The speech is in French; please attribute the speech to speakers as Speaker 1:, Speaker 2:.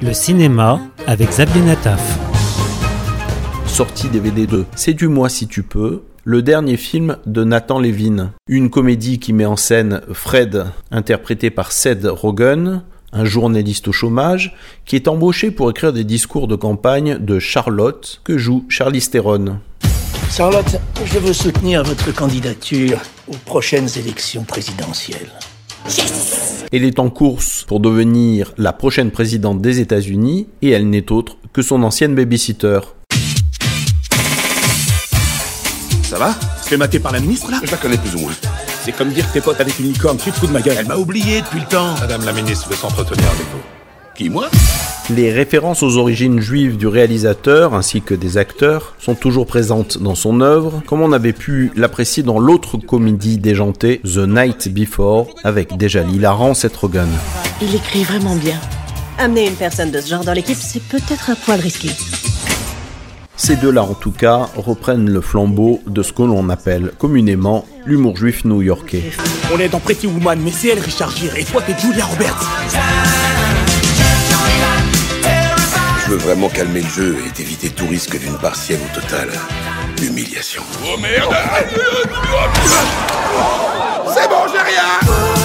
Speaker 1: Le cinéma avec Xavier Nataf.
Speaker 2: Sortie DVD 2. C'est du moi si tu peux. Le dernier film de Nathan Levine. Une comédie qui met en scène Fred, interprété par Seth Rogen, un journaliste au chômage, qui est embauché pour écrire des discours de campagne de Charlotte, que joue Charlize Theron.
Speaker 3: Charlotte, je veux soutenir votre candidature aux prochaines élections présidentielles.
Speaker 2: Elle est en course pour devenir la prochaine présidente des États-Unis et elle n'est autre que son ancienne babysitter.
Speaker 4: Ça va
Speaker 5: Je fais mater par la ministre là
Speaker 4: Je la connais plus ou moins.
Speaker 5: C'est comme dire que t'es potes avec une licorne, tu te fous de ma gueule.
Speaker 4: Elle m'a oublié depuis le temps.
Speaker 5: Madame la ministre veut s'entretenir avec vous.
Speaker 4: Qui, moi
Speaker 2: Les références aux origines juives du réalisateur ainsi que des acteurs sont toujours présentes dans son œuvre, comme on avait pu l'apprécier dans l'autre comédie déjantée The Night Before avec déjà l'hilarant Seth Rogen.
Speaker 6: Il écrit vraiment bien. Amener une personne de ce genre dans l'équipe, c'est peut-être un poil risqué.
Speaker 2: Ces deux-là en tout cas reprennent le flambeau de ce que l'on appelle communément l'humour juif new-yorkais.
Speaker 5: On est dans Pretty Woman, mais c'est elle Richard Gere et toi t'es Julia Roberts.
Speaker 4: Je veux vraiment calmer le jeu et éviter tout risque d'une partielle ou totale humiliation. Oh merde C'est bon, j'ai rien